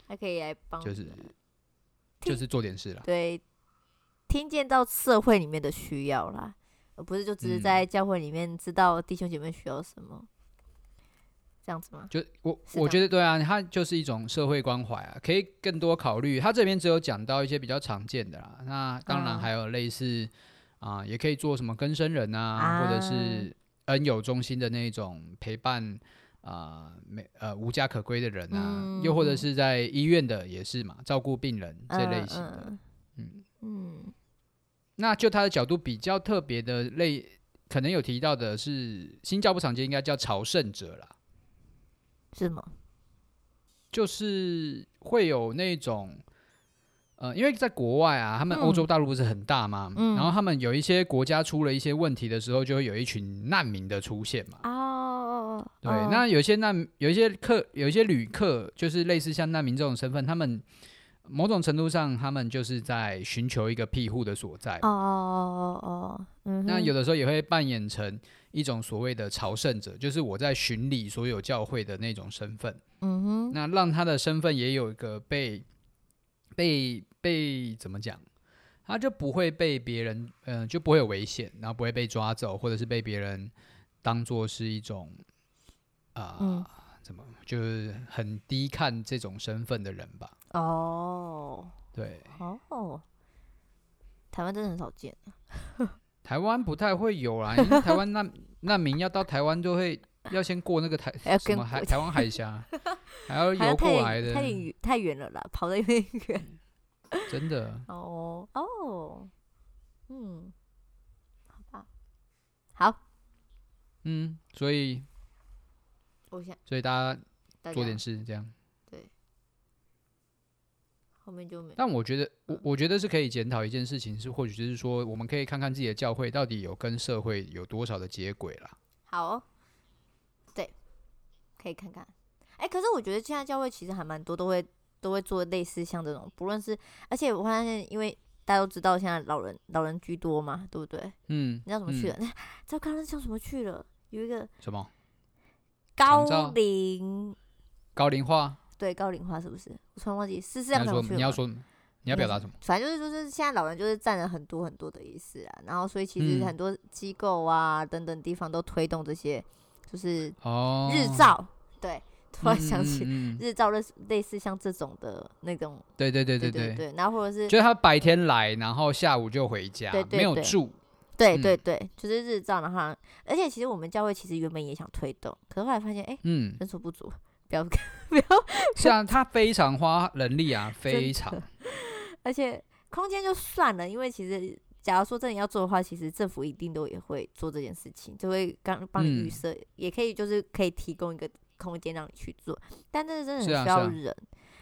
Speaker 3: 还可以来帮我
Speaker 2: 就
Speaker 3: 们，
Speaker 2: 是就是做点事啦。
Speaker 3: 对，听见到社会里面的需要啦，而不是就只是
Speaker 2: 嗯
Speaker 3: 在教会里面知道弟兄姐妹需要什么，这样子吗？
Speaker 2: 就我
Speaker 3: 是
Speaker 2: 我
Speaker 3: 的
Speaker 2: 觉得对啊，它就是一种社会关怀啊，可以更多考虑。它这边只有讲到一些比较常见的啦，那当然
Speaker 3: 嗯
Speaker 2: 还有类似啊、也可以做什么更生人啊，
Speaker 3: 啊
Speaker 2: 或者是恩友中心的那种陪伴啊，没呃无家可归的人啊，
Speaker 3: 嗯
Speaker 2: 又或者
Speaker 3: 嗯
Speaker 2: 是在医院的也是嘛，照顾病人这类型的。
Speaker 3: 嗯
Speaker 2: 嗯
Speaker 3: 嗯
Speaker 2: 那就他的角度比较特别的类，可能有提到的是新教不常见，应该叫朝圣者啦。
Speaker 3: 是吗？
Speaker 2: 就是会有那种，呃，因为在国外啊，他们
Speaker 3: 嗯
Speaker 2: 欧洲大陆不是很大嘛，
Speaker 3: 嗯
Speaker 2: 然后他们有一些国家出了一些问题的时候，就会有一群难民的出现嘛。
Speaker 3: 哦，
Speaker 2: 对，
Speaker 3: 哦
Speaker 2: 那有一些难，有一些客，有一些旅客，就是类似像难民这种身份，他们某种程度上，他们就是在寻求一个庇护的所在。
Speaker 3: 哦哦哦哦，嗯哼，
Speaker 2: 那有的时候也会扮演成一种所谓的朝圣者，就是我在巡礼所有教会的那种身份。
Speaker 3: 嗯哼，
Speaker 2: 那让他的身份也有一个被被被怎么讲，他就不会被别人，嗯、就不会有危险，然后不会被抓走，或者是被别人当做是一种啊、
Speaker 3: 嗯
Speaker 2: 怎么就是很低看这种身份的人吧？
Speaker 3: 哦
Speaker 2: 对，
Speaker 3: 哦，台湾真的很少见，
Speaker 2: 台湾不太会有啦， 因为台湾难难民要到台湾就会要先过那个台
Speaker 3: 还要
Speaker 2: 什
Speaker 3: 跟
Speaker 2: 么海
Speaker 3: 国
Speaker 2: 台湾海 峡，还要
Speaker 3: 好像
Speaker 2: 游
Speaker 3: 太
Speaker 2: 过来
Speaker 3: 远
Speaker 2: 的
Speaker 3: 太，远太远了啦，跑得有点 远。
Speaker 2: 真的。
Speaker 3: 哦哦，嗯，好吧，好，
Speaker 2: 嗯，所以
Speaker 3: 我想
Speaker 2: 所以大
Speaker 3: 大
Speaker 2: 家
Speaker 3: 家
Speaker 2: 做点事这样。
Speaker 3: 后面就没
Speaker 2: 但我觉得，我我觉得是可以检讨一件事情，是或许就是说，我们可以看看自己的教会到底有跟社会有多少的接轨啦。
Speaker 3: 好、哦，对，可以看看。哎、可是我觉得现在教会其实还蛮多都会都会做类似像这种，不论是而且我发现，因为大家都知道现在老人老人居多嘛，对不对？
Speaker 2: 嗯，
Speaker 3: 你知道怎么
Speaker 2: 嗯
Speaker 3: 去了？ 那知道刚刚叫什么去了？有一个
Speaker 2: 什么长照
Speaker 3: 高龄，
Speaker 2: 高龄化？
Speaker 3: 对高龄化是不是？我突然忘记是是
Speaker 2: 你
Speaker 3: 这样
Speaker 2: 要
Speaker 3: 怎么
Speaker 2: 说
Speaker 3: 去了
Speaker 2: 你要
Speaker 3: 吗
Speaker 2: 说你要表达什么？
Speaker 3: 反正就是就是现在老人就是占了很多很多的意思啊，然后所以其实
Speaker 2: 嗯
Speaker 3: 很多机构啊、等等地方都推动这些，就是
Speaker 2: 哦，
Speaker 3: 日照，对，突然想起
Speaker 2: 嗯嗯嗯嗯
Speaker 3: 日照类似类似像这种的那种，
Speaker 2: 对对对对
Speaker 3: 对
Speaker 2: 对，
Speaker 3: 然后或者是
Speaker 2: 就是他白天来，然后下午就回家
Speaker 3: 对，对
Speaker 2: 没有
Speaker 3: 对
Speaker 2: 住，
Speaker 3: 对
Speaker 2: 嗯
Speaker 3: 对对，就是日照，然后让而且其实我们教会其实原本也想推动，可是后来发现哎
Speaker 2: 嗯，
Speaker 3: 人手不足，不要 不要，
Speaker 2: 是啊，他非常花人力啊，非常
Speaker 3: 真，的而且空间就算了，因为其实假如说真的要做的话，其实政府一定都也会做这件事情，就会刚帮你预
Speaker 2: 嗯
Speaker 3: 设，也可以就是可以提供一个空间让你去做，但这真的很
Speaker 2: 是啊
Speaker 3: 需
Speaker 2: 是
Speaker 3: 要
Speaker 2: 啊
Speaker 3: 人，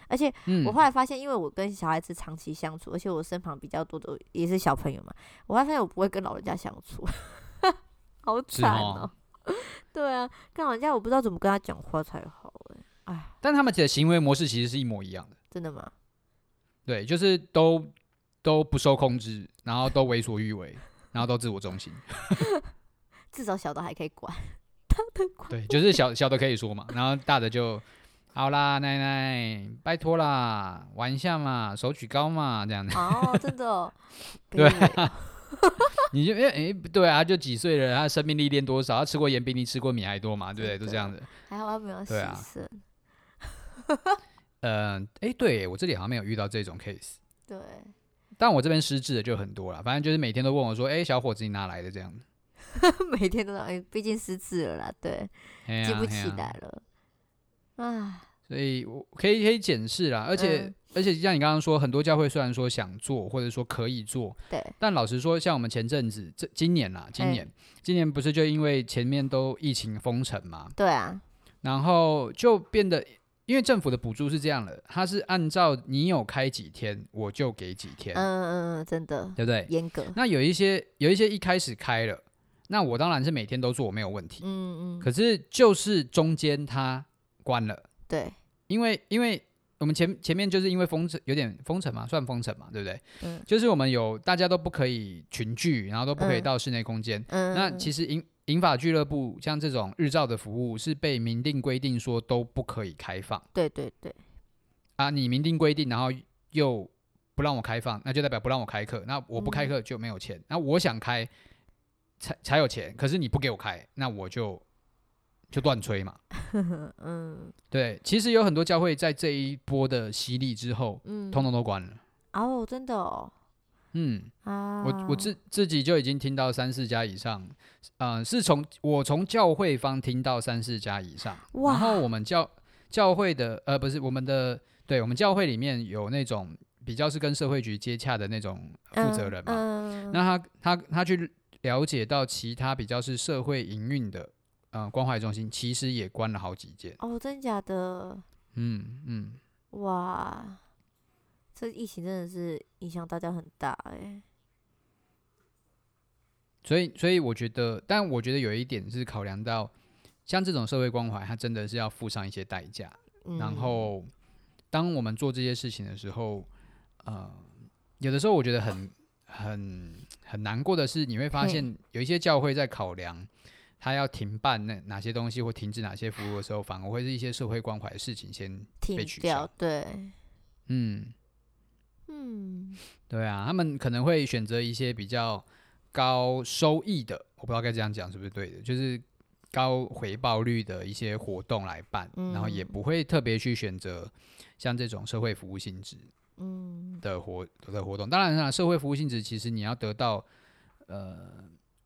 Speaker 3: 而且
Speaker 2: 嗯，
Speaker 3: 我后来发现，因为我跟小孩子长期相处，而且我身旁比较多的也是小朋友嘛，我还发现我不会跟老人家相处，好
Speaker 2: 是
Speaker 3: 惨
Speaker 2: 哦
Speaker 3: 哦、 对啊，跟老人家我不知道怎么跟他讲话才好哎、哎，
Speaker 2: 但他们的行为模式其实是一模一样的，
Speaker 3: 真的吗？
Speaker 2: 对，就是都都不受控制，然后都为所欲为，然后都自我中心，
Speaker 3: 至少小的还可以管， 大的 管
Speaker 2: 对，就是小小的可以说嘛，然后大的就好啦，奶奶，拜托啦，玩一下嘛，手举高嘛，这样的，
Speaker 3: 哦，真的、哦，
Speaker 2: 对啊
Speaker 3: 卑微哦
Speaker 2: 你就哎哎，不对啊，他就几岁了，他生命历练多少，他吃过盐比你吃过米还多嘛，对不对？
Speaker 3: 真
Speaker 2: 都
Speaker 3: 的
Speaker 2: 这样子。
Speaker 3: 还好他没有牺
Speaker 2: 对啊
Speaker 3: 牲，
Speaker 2: 嗯，哎，对我这里好像没有遇到这种 case，
Speaker 3: 对,、
Speaker 2: 但我这边失智的就很多了，反正就是每天都问我说，哎，小伙子你哪来的这样子？
Speaker 3: 每天都哎，毕竟失智了啦，对，
Speaker 2: 哎呀
Speaker 3: 记不
Speaker 2: 哎
Speaker 3: 起
Speaker 2: 呀
Speaker 3: 来了，啊，
Speaker 2: 所以我可以可以检视啦，而且、
Speaker 3: 嗯
Speaker 2: 而且像你刚刚说，很多教会虽然说想做或者说可以做，
Speaker 3: 对，
Speaker 2: 但老实说，像我们前阵子这今年啦，今年、今年不是就因为前面都疫情封城嘛，
Speaker 3: 对啊，
Speaker 2: 然后就变得因为政府的补助是这样的，它是按照你有开几天我就给几天，
Speaker 3: 嗯嗯嗯，真的
Speaker 2: 对不对？
Speaker 3: 严格，
Speaker 2: 那有一些有一些一开始开了，那我当然是每天都做没有问题，
Speaker 3: 嗯嗯，
Speaker 2: 可是就是中间它关了。
Speaker 3: 对，
Speaker 2: 因为因为我们前前面就是因为封城，有点封城嘛，算封城嘛，对不对？
Speaker 3: 嗯
Speaker 2: 就是我们有大家都不可以群聚，然后都不可以
Speaker 3: 嗯
Speaker 2: 到室内空间。
Speaker 3: 嗯，
Speaker 2: 那
Speaker 3: 嗯
Speaker 2: 其实银银发俱乐部像这种日照的服务是被明定规定说都不可以开放
Speaker 3: 对对对，
Speaker 2: 啊，你明定规定，然后又不让我开放，那就代表不让我开课。那我不开
Speaker 3: 嗯
Speaker 2: 课就没有钱，那我想开才才有钱，可是你不给我开，那我就就乱吹嘛。
Speaker 3: 嗯
Speaker 2: 对，其实有很多教会在这一波的洗礼之后，
Speaker 3: 嗯，
Speaker 2: 通通都关了。
Speaker 3: 哦，真的哦
Speaker 2: 嗯，
Speaker 3: 啊，
Speaker 2: 我我自自己就已经听到三四家以上，呃，是从我从教会方听到三四家以上，
Speaker 3: 哇
Speaker 2: 然后我们教教会的呃不是我们的，对我们教会里面有那种比较是跟社会局接洽的那种负责人嘛，
Speaker 3: 嗯，嗯
Speaker 2: 那他他他去了解到其他比较是社会营运的呃关怀中心，其实也关了好几间，
Speaker 3: 哦，真假的
Speaker 2: 嗯嗯，
Speaker 3: 哇，这疫情真的是影响大家很大哎，
Speaker 2: 所以，所以我觉得，但我觉得有一点是考量到，像这种社会关怀，它真的是要付上一些代价。然
Speaker 3: 嗯
Speaker 2: 后，当我们做这些事情的时候，呃，有的时候我觉得很、很、很难过的是，你会发
Speaker 3: 嘿
Speaker 2: 现有一些教会在考量他要停办那哪些东西或停止哪些服务的时候，反而会是一些社会关怀的事情先，
Speaker 3: 停
Speaker 2: 取
Speaker 3: 掉
Speaker 2: 消，
Speaker 3: 对，
Speaker 2: 嗯，
Speaker 3: 嗯，
Speaker 2: 对啊，他们可能会选择一些比较高收益的，我不知道该这样讲是不是对的，就是高回报率的一些活动来办，然后也
Speaker 3: 嗯
Speaker 2: 不会特别去选择像这种社会服务性质
Speaker 3: 嗯，
Speaker 2: 的活的活动。当然啦，社会服务性质其实你要得到，呃，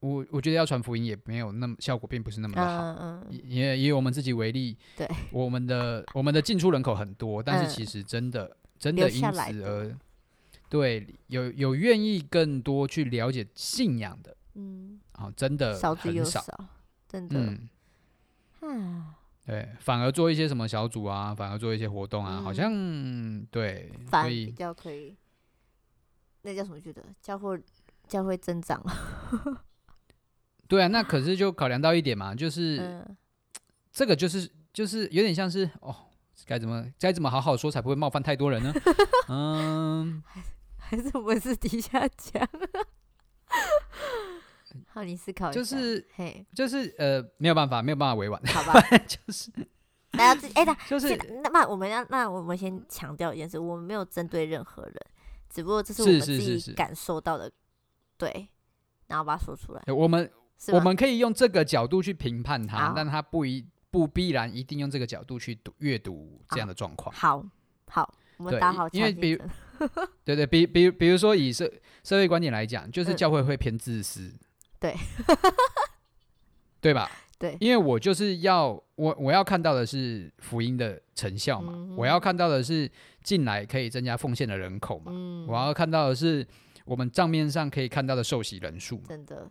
Speaker 2: 我我觉得要传福音也没有那么效果，并不是那么的好。
Speaker 3: 嗯嗯，
Speaker 2: 以也以我们自己为例，
Speaker 3: 对，
Speaker 2: 我们的我们的进出人口很多，但
Speaker 3: 嗯
Speaker 2: 是其实真的、真
Speaker 3: 留
Speaker 2: 的因
Speaker 3: 下来
Speaker 2: 此
Speaker 3: 的
Speaker 2: 而对有有愿意更多去了解信仰的
Speaker 3: 嗯，
Speaker 2: 啊、真的
Speaker 3: 少之
Speaker 2: 很
Speaker 3: 又
Speaker 2: 少，
Speaker 3: 少，真的，
Speaker 2: 嗯，
Speaker 3: 啊，
Speaker 2: 对，反而做一些什么小组啊，反而做一些活动啊，好
Speaker 3: 嗯
Speaker 2: 像对，
Speaker 3: 反而
Speaker 2: 所
Speaker 3: 比
Speaker 2: 以
Speaker 3: 较可以，那叫什么觉得教会教会增长，
Speaker 2: 对啊，那可是就考量到一点嘛，就是、
Speaker 3: 嗯，
Speaker 2: 这个就是就是有点像是哦。该怎么该怎么好好说才不会冒犯太多人呢？嗯，
Speaker 3: 还是我们私底下讲。 好，你思
Speaker 2: 啊
Speaker 3: 考一下。
Speaker 2: 就是
Speaker 3: 嘿，
Speaker 2: 就是呃，没有办法，没有办法委婉，
Speaker 3: 好吧，
Speaker 2: 就是
Speaker 3: 大家自哎，那
Speaker 2: 就是
Speaker 3: 现在那那我们要那我们先强调一件事，我们没有针对任何人，只不过这是我
Speaker 2: 是
Speaker 3: 们
Speaker 2: 是
Speaker 3: 自
Speaker 2: 是
Speaker 3: 己
Speaker 2: 是
Speaker 3: 感受到的，对，然后把它说出来，
Speaker 2: 呃我们
Speaker 3: 是
Speaker 2: 我
Speaker 3: 吗
Speaker 2: 们可以用这个角度去评判它
Speaker 3: 好，
Speaker 2: 但它不一不必然一定用这个角度去读阅读这样的状况。
Speaker 3: 好好，我们
Speaker 2: 对
Speaker 3: 打
Speaker 2: 因
Speaker 3: 好
Speaker 2: 因
Speaker 3: 强
Speaker 2: 为
Speaker 3: 心
Speaker 2: 比如
Speaker 3: 针
Speaker 2: 对对，比比如比如说以社社会观点来讲，就是
Speaker 3: 嗯
Speaker 2: 教会会偏自私，
Speaker 3: 对，
Speaker 2: 对吧？
Speaker 3: 对
Speaker 2: 因为我就是要我我要看到的是福音的成效嘛，
Speaker 3: 嗯哼
Speaker 2: 我要看到的是进来可以增加奉献的人口嘛，
Speaker 3: 嗯，
Speaker 2: 我要看到的是我们账面上可以看到的受洗人数嘛，
Speaker 3: 真的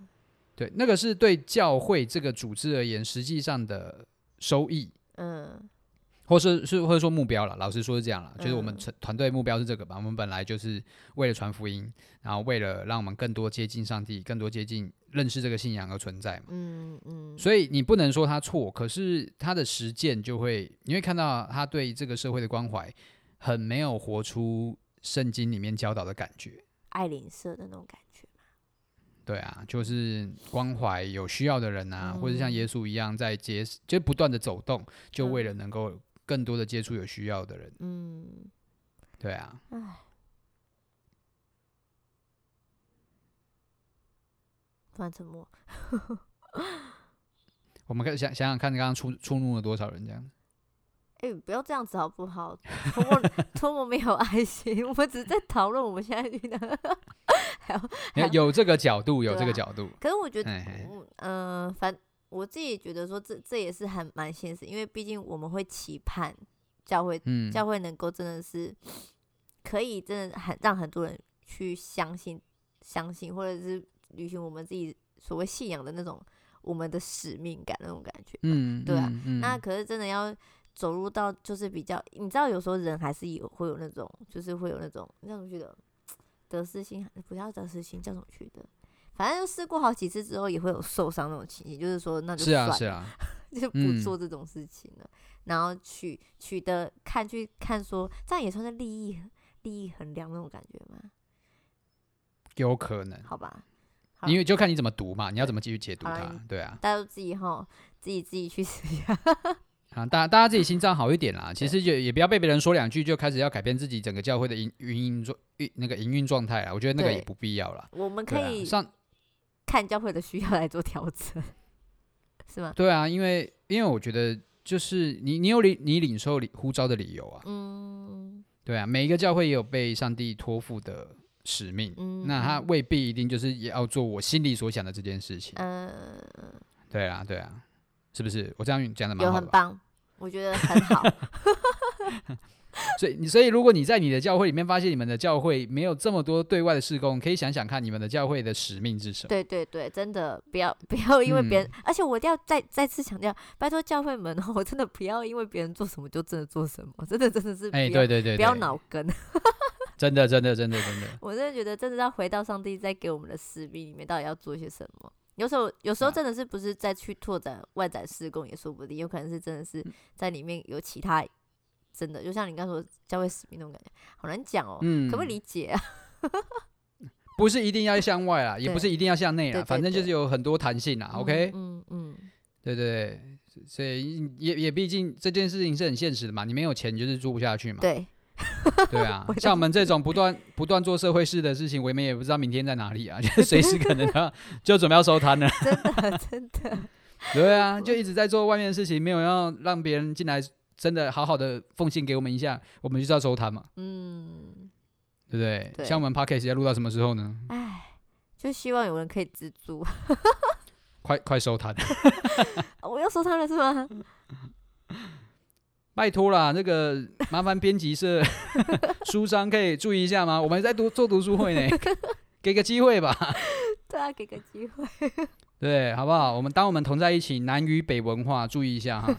Speaker 2: 对，那个是对教会这个组织而言实际上的收益，
Speaker 3: 嗯
Speaker 2: 或是是或者说目标了，老实说是这样了，就是我们
Speaker 3: 嗯
Speaker 2: 团团队目标是这个吧，我们本来就是为了传福音，然后为了让我们更多接近上帝，更多接近认识这个信仰而存在嘛。
Speaker 3: 嗯嗯，
Speaker 2: 所以你不能说他错，可是他的实践就会，你会看到他对这个社会的关怀很没有活出圣经里面教导的感觉。
Speaker 3: 爱邻舍的那种感觉，
Speaker 2: 对啊，就是关怀有需要的人啊，或者像
Speaker 3: 嗯
Speaker 2: 耶稣一样在接，就不断的走动，就
Speaker 3: 嗯
Speaker 2: 为了能够更多的接触有需要的人。
Speaker 3: 嗯，
Speaker 2: 对啊，
Speaker 3: 唉，突然沉默，
Speaker 2: 我们看想想想看，刚刚触触怒了多少人这样？
Speaker 3: 哎、不要这样子好不好？ 托莫托莫没有爱心，我们只是在讨论我们现在遇到。
Speaker 2: 你 看哎有这个角度，有
Speaker 3: 对
Speaker 2: 这个
Speaker 3: 啊
Speaker 2: 角度，
Speaker 3: 可是我觉得，
Speaker 2: 哎哎
Speaker 3: 嗯、呃反我自己觉得说这这也是很蛮现实，因为毕竟我们会期盼教会
Speaker 2: 嗯，
Speaker 3: 教会能够真的是可以真的很让很多人去相信、相信，或者是履行我们自己所谓信仰的那种我们的使命感那种感觉。
Speaker 2: 嗯，
Speaker 3: 对啊
Speaker 2: 嗯，嗯
Speaker 3: 那可是真的要走入到就是比较，你知道有时候人还是有会有那种，就是会有那种那种觉得得失心，不要得失心叫什么去的。反正就试过好几次之后，也会有受伤那种情形，就是说那就是算
Speaker 2: 啊
Speaker 3: 了，
Speaker 2: 是啊，
Speaker 3: 就
Speaker 2: 嗯
Speaker 3: 不做这种事情了。然后取取得看去看说，这样也算是利益利益衡量那种感觉吗？
Speaker 2: 有可能，
Speaker 3: 好吧，好
Speaker 2: 因为就看你怎么读嘛，你要怎么继续解读
Speaker 3: 好啦哎
Speaker 2: 它
Speaker 3: 你，
Speaker 2: 对啊，
Speaker 3: 大家都自己哈，自己自己去试一下。
Speaker 2: 啊，大大家自己心脏好一点啦， 其实也也不要被别人说两句就开始要改变自己整个教会的营运营状运那个营运状态啦，啊我觉得那个
Speaker 3: 对
Speaker 2: 也不必要啦。
Speaker 3: 我们
Speaker 2: 对
Speaker 3: 可
Speaker 2: 啊，
Speaker 3: 以
Speaker 2: 上
Speaker 3: 看教会的需要来做调整， 是吗？
Speaker 2: 对啊，因为因为我觉得就是你你有领你领受理呼召的理由啊，
Speaker 3: 嗯。
Speaker 2: 对啊，每一个教会也有被上帝托付的使命，
Speaker 3: 嗯
Speaker 2: 那他未必一定就是也要做我心里所想的这件事情。
Speaker 3: 嗯，
Speaker 2: 对啊，对啊，是不是？我这样讲的蛮
Speaker 3: 有
Speaker 2: 好的
Speaker 3: 很
Speaker 2: 吧。
Speaker 3: 棒，我觉得很好。
Speaker 2: 所以你所以如果你在你的教会里面发现你们的教会没有这么多对外的事工，可以想想看你们的教会的使命是什么。
Speaker 3: 对对对，真的不要不要因为别人，
Speaker 2: 嗯
Speaker 3: 而且我一定要再再次强调，拜托教会们哦，我真的不要因为别人做什么就真的做什么，真的真的是不要、
Speaker 2: 哎，对对对，
Speaker 3: 不要
Speaker 2: 对，
Speaker 3: 脑梗。
Speaker 2: 真的真的真的真的，
Speaker 3: 我真的觉得真的要回到上帝在给我们的使命里面，到底要做些什么。有时候，有时候
Speaker 2: 啊
Speaker 3: 真的是不是再去拓展外展施工也说不定，有可能是真的
Speaker 2: 嗯
Speaker 3: 是在里面有其他真的，就像你刚说教会使命那种感觉，好难讲哦，
Speaker 2: 嗯，
Speaker 3: 可不可以理解啊？
Speaker 2: 不是一定要向外啊啦，也不
Speaker 3: 对
Speaker 2: 是一定要向内
Speaker 3: 对
Speaker 2: 啦，
Speaker 3: 对
Speaker 2: 反正就
Speaker 3: 对
Speaker 2: 是有很多弹性啦。OK，啊
Speaker 3: 嗯嗯。嗯
Speaker 2: 对对对，所以也也毕竟这件事情是很现实的嘛，你没有钱你就是做不下去嘛。
Speaker 3: 对，
Speaker 2: 对啊
Speaker 3: 我，也
Speaker 2: 像我们这种不断不断做社会事的事情，我们也不知道明天在哪里 啊，就随时可能要就准备要收摊了。
Speaker 3: 真的真的，
Speaker 2: 对啊，就一直在做外面的事情，没有要让别人进来，真的好好的奉献给我们一下，我们就是要收摊嘛，
Speaker 3: 嗯，
Speaker 2: 对不对？
Speaker 3: 对
Speaker 2: 像我们 podcast 要录到什么时候呢？
Speaker 3: 唉，就希望有人可以资助。
Speaker 2: 快快收摊，
Speaker 3: 我又说他了是吗？
Speaker 2: 拜托啦，那个麻烦编辑社 书商可以注意一下吗？我们在读做读书会 呢，给个机会吧。
Speaker 3: 对啊，给个机会。
Speaker 2: 对，好不好？我们当我们同在一起，南与北文化注意一下哈。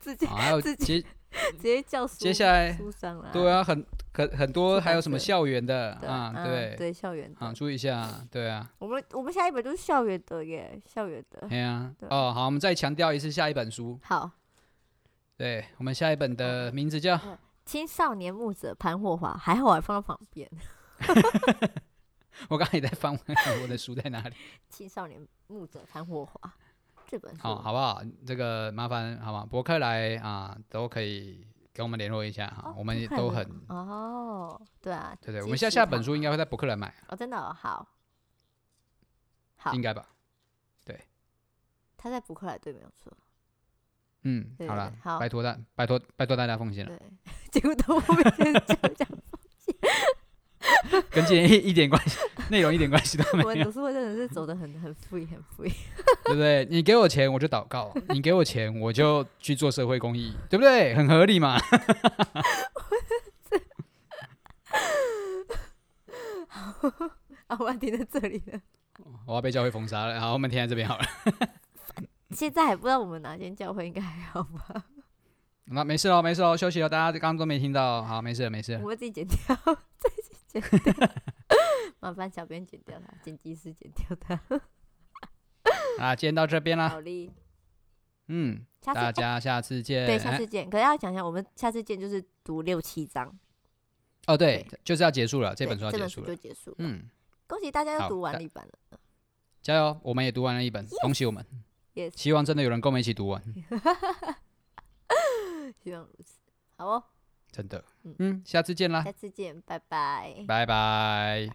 Speaker 3: 直接
Speaker 2: 好，还有
Speaker 3: 自
Speaker 2: 接
Speaker 3: 直接叫
Speaker 2: 接
Speaker 3: 书
Speaker 2: 下来，
Speaker 3: 书上了。
Speaker 2: 对啊，很很很多，
Speaker 3: 出
Speaker 2: 还
Speaker 3: 版
Speaker 2: 有什么
Speaker 3: 社
Speaker 2: 校园的
Speaker 3: 对嗯
Speaker 2: 啊？对，
Speaker 3: 对校园
Speaker 2: 啊，
Speaker 3: 的，
Speaker 2: 注意一下，对啊，
Speaker 3: 我们我们下一本就是校园的耶，校园的。
Speaker 2: 哎呀，
Speaker 3: 对
Speaker 2: 哦，好，我们再强调一次下一本书，
Speaker 3: 好，
Speaker 2: 对我们下一本的名字叫
Speaker 3: 青少年牧者潘霍华，还好我还放在旁边。
Speaker 2: 我刚才也在翻我的书在哪 里？
Speaker 3: 青少年牧者潘霍华这本书，
Speaker 2: 好，好不好？这个麻烦好吗？博客来啊，都可以跟我们联络一下哈
Speaker 3: 哦，
Speaker 2: 我们也
Speaker 3: 看
Speaker 2: 都
Speaker 3: 了
Speaker 2: 很
Speaker 3: 哦，对啊，
Speaker 2: 对对，我
Speaker 3: 支
Speaker 2: 们下
Speaker 3: 持
Speaker 2: 下
Speaker 3: 他
Speaker 2: 本书应该会在博客来买，
Speaker 3: 哦，真的哦好，好
Speaker 2: 应该吧？
Speaker 3: 他在博客来对没有错。
Speaker 2: 嗯，
Speaker 3: 对
Speaker 2: 好
Speaker 3: 对
Speaker 2: 了
Speaker 3: 对，好
Speaker 2: 拜托大，拜托，拜托大家奉献了，
Speaker 3: 对， 结果到后面就是讲讲，
Speaker 2: 跟今天一一点关系， 内容一点关系 都没
Speaker 3: 我们
Speaker 2: 有，
Speaker 3: 读书会真的是走的很很富裕，很富裕。
Speaker 2: 对不对？你给我钱我就祷告，你给我钱我就去做社会公益，对不对？很合理嘛。
Speaker 3: 啊，我要停在这里 了。
Speaker 2: 我要被教会封杀了，好，我们停在这边好了。
Speaker 3: 现在还不知道我们哪间教会，应该还好吧？
Speaker 2: 那没事喽，没事喽，休息了，大家刚刚都没听到，哦好，没事了，没事了
Speaker 3: 我。会自己剪掉，自己剪掉。 麻烦小编剪掉它，剪辑师剪掉它。
Speaker 2: 啊，今天到这边啦，
Speaker 3: 好嘞，
Speaker 2: 嗯，
Speaker 3: 下次
Speaker 2: 大
Speaker 3: 哦
Speaker 2: 家下次见。
Speaker 3: 对下次见。可是要讲一下，我们下次见就是读六七章，
Speaker 2: 哦，对
Speaker 3: 对，
Speaker 2: 就是要结束了，这
Speaker 3: 对
Speaker 2: 本书要
Speaker 3: 这
Speaker 2: 结
Speaker 3: 本
Speaker 2: 束
Speaker 3: 书
Speaker 2: 了
Speaker 3: 就，结束了。
Speaker 2: 嗯，
Speaker 3: 恭喜大家
Speaker 2: 好
Speaker 3: 又读完
Speaker 2: 大
Speaker 3: 了一版了。
Speaker 2: 加油，我们也读完了一本，恭喜我们，
Speaker 3: Yes，
Speaker 2: 希望真的有人跟我们一起读完，
Speaker 3: 希望如此。好哦，
Speaker 2: 真的
Speaker 3: 嗯，
Speaker 2: 嗯，下次见啦
Speaker 3: 下，次见，拜拜。
Speaker 2: 拜拜。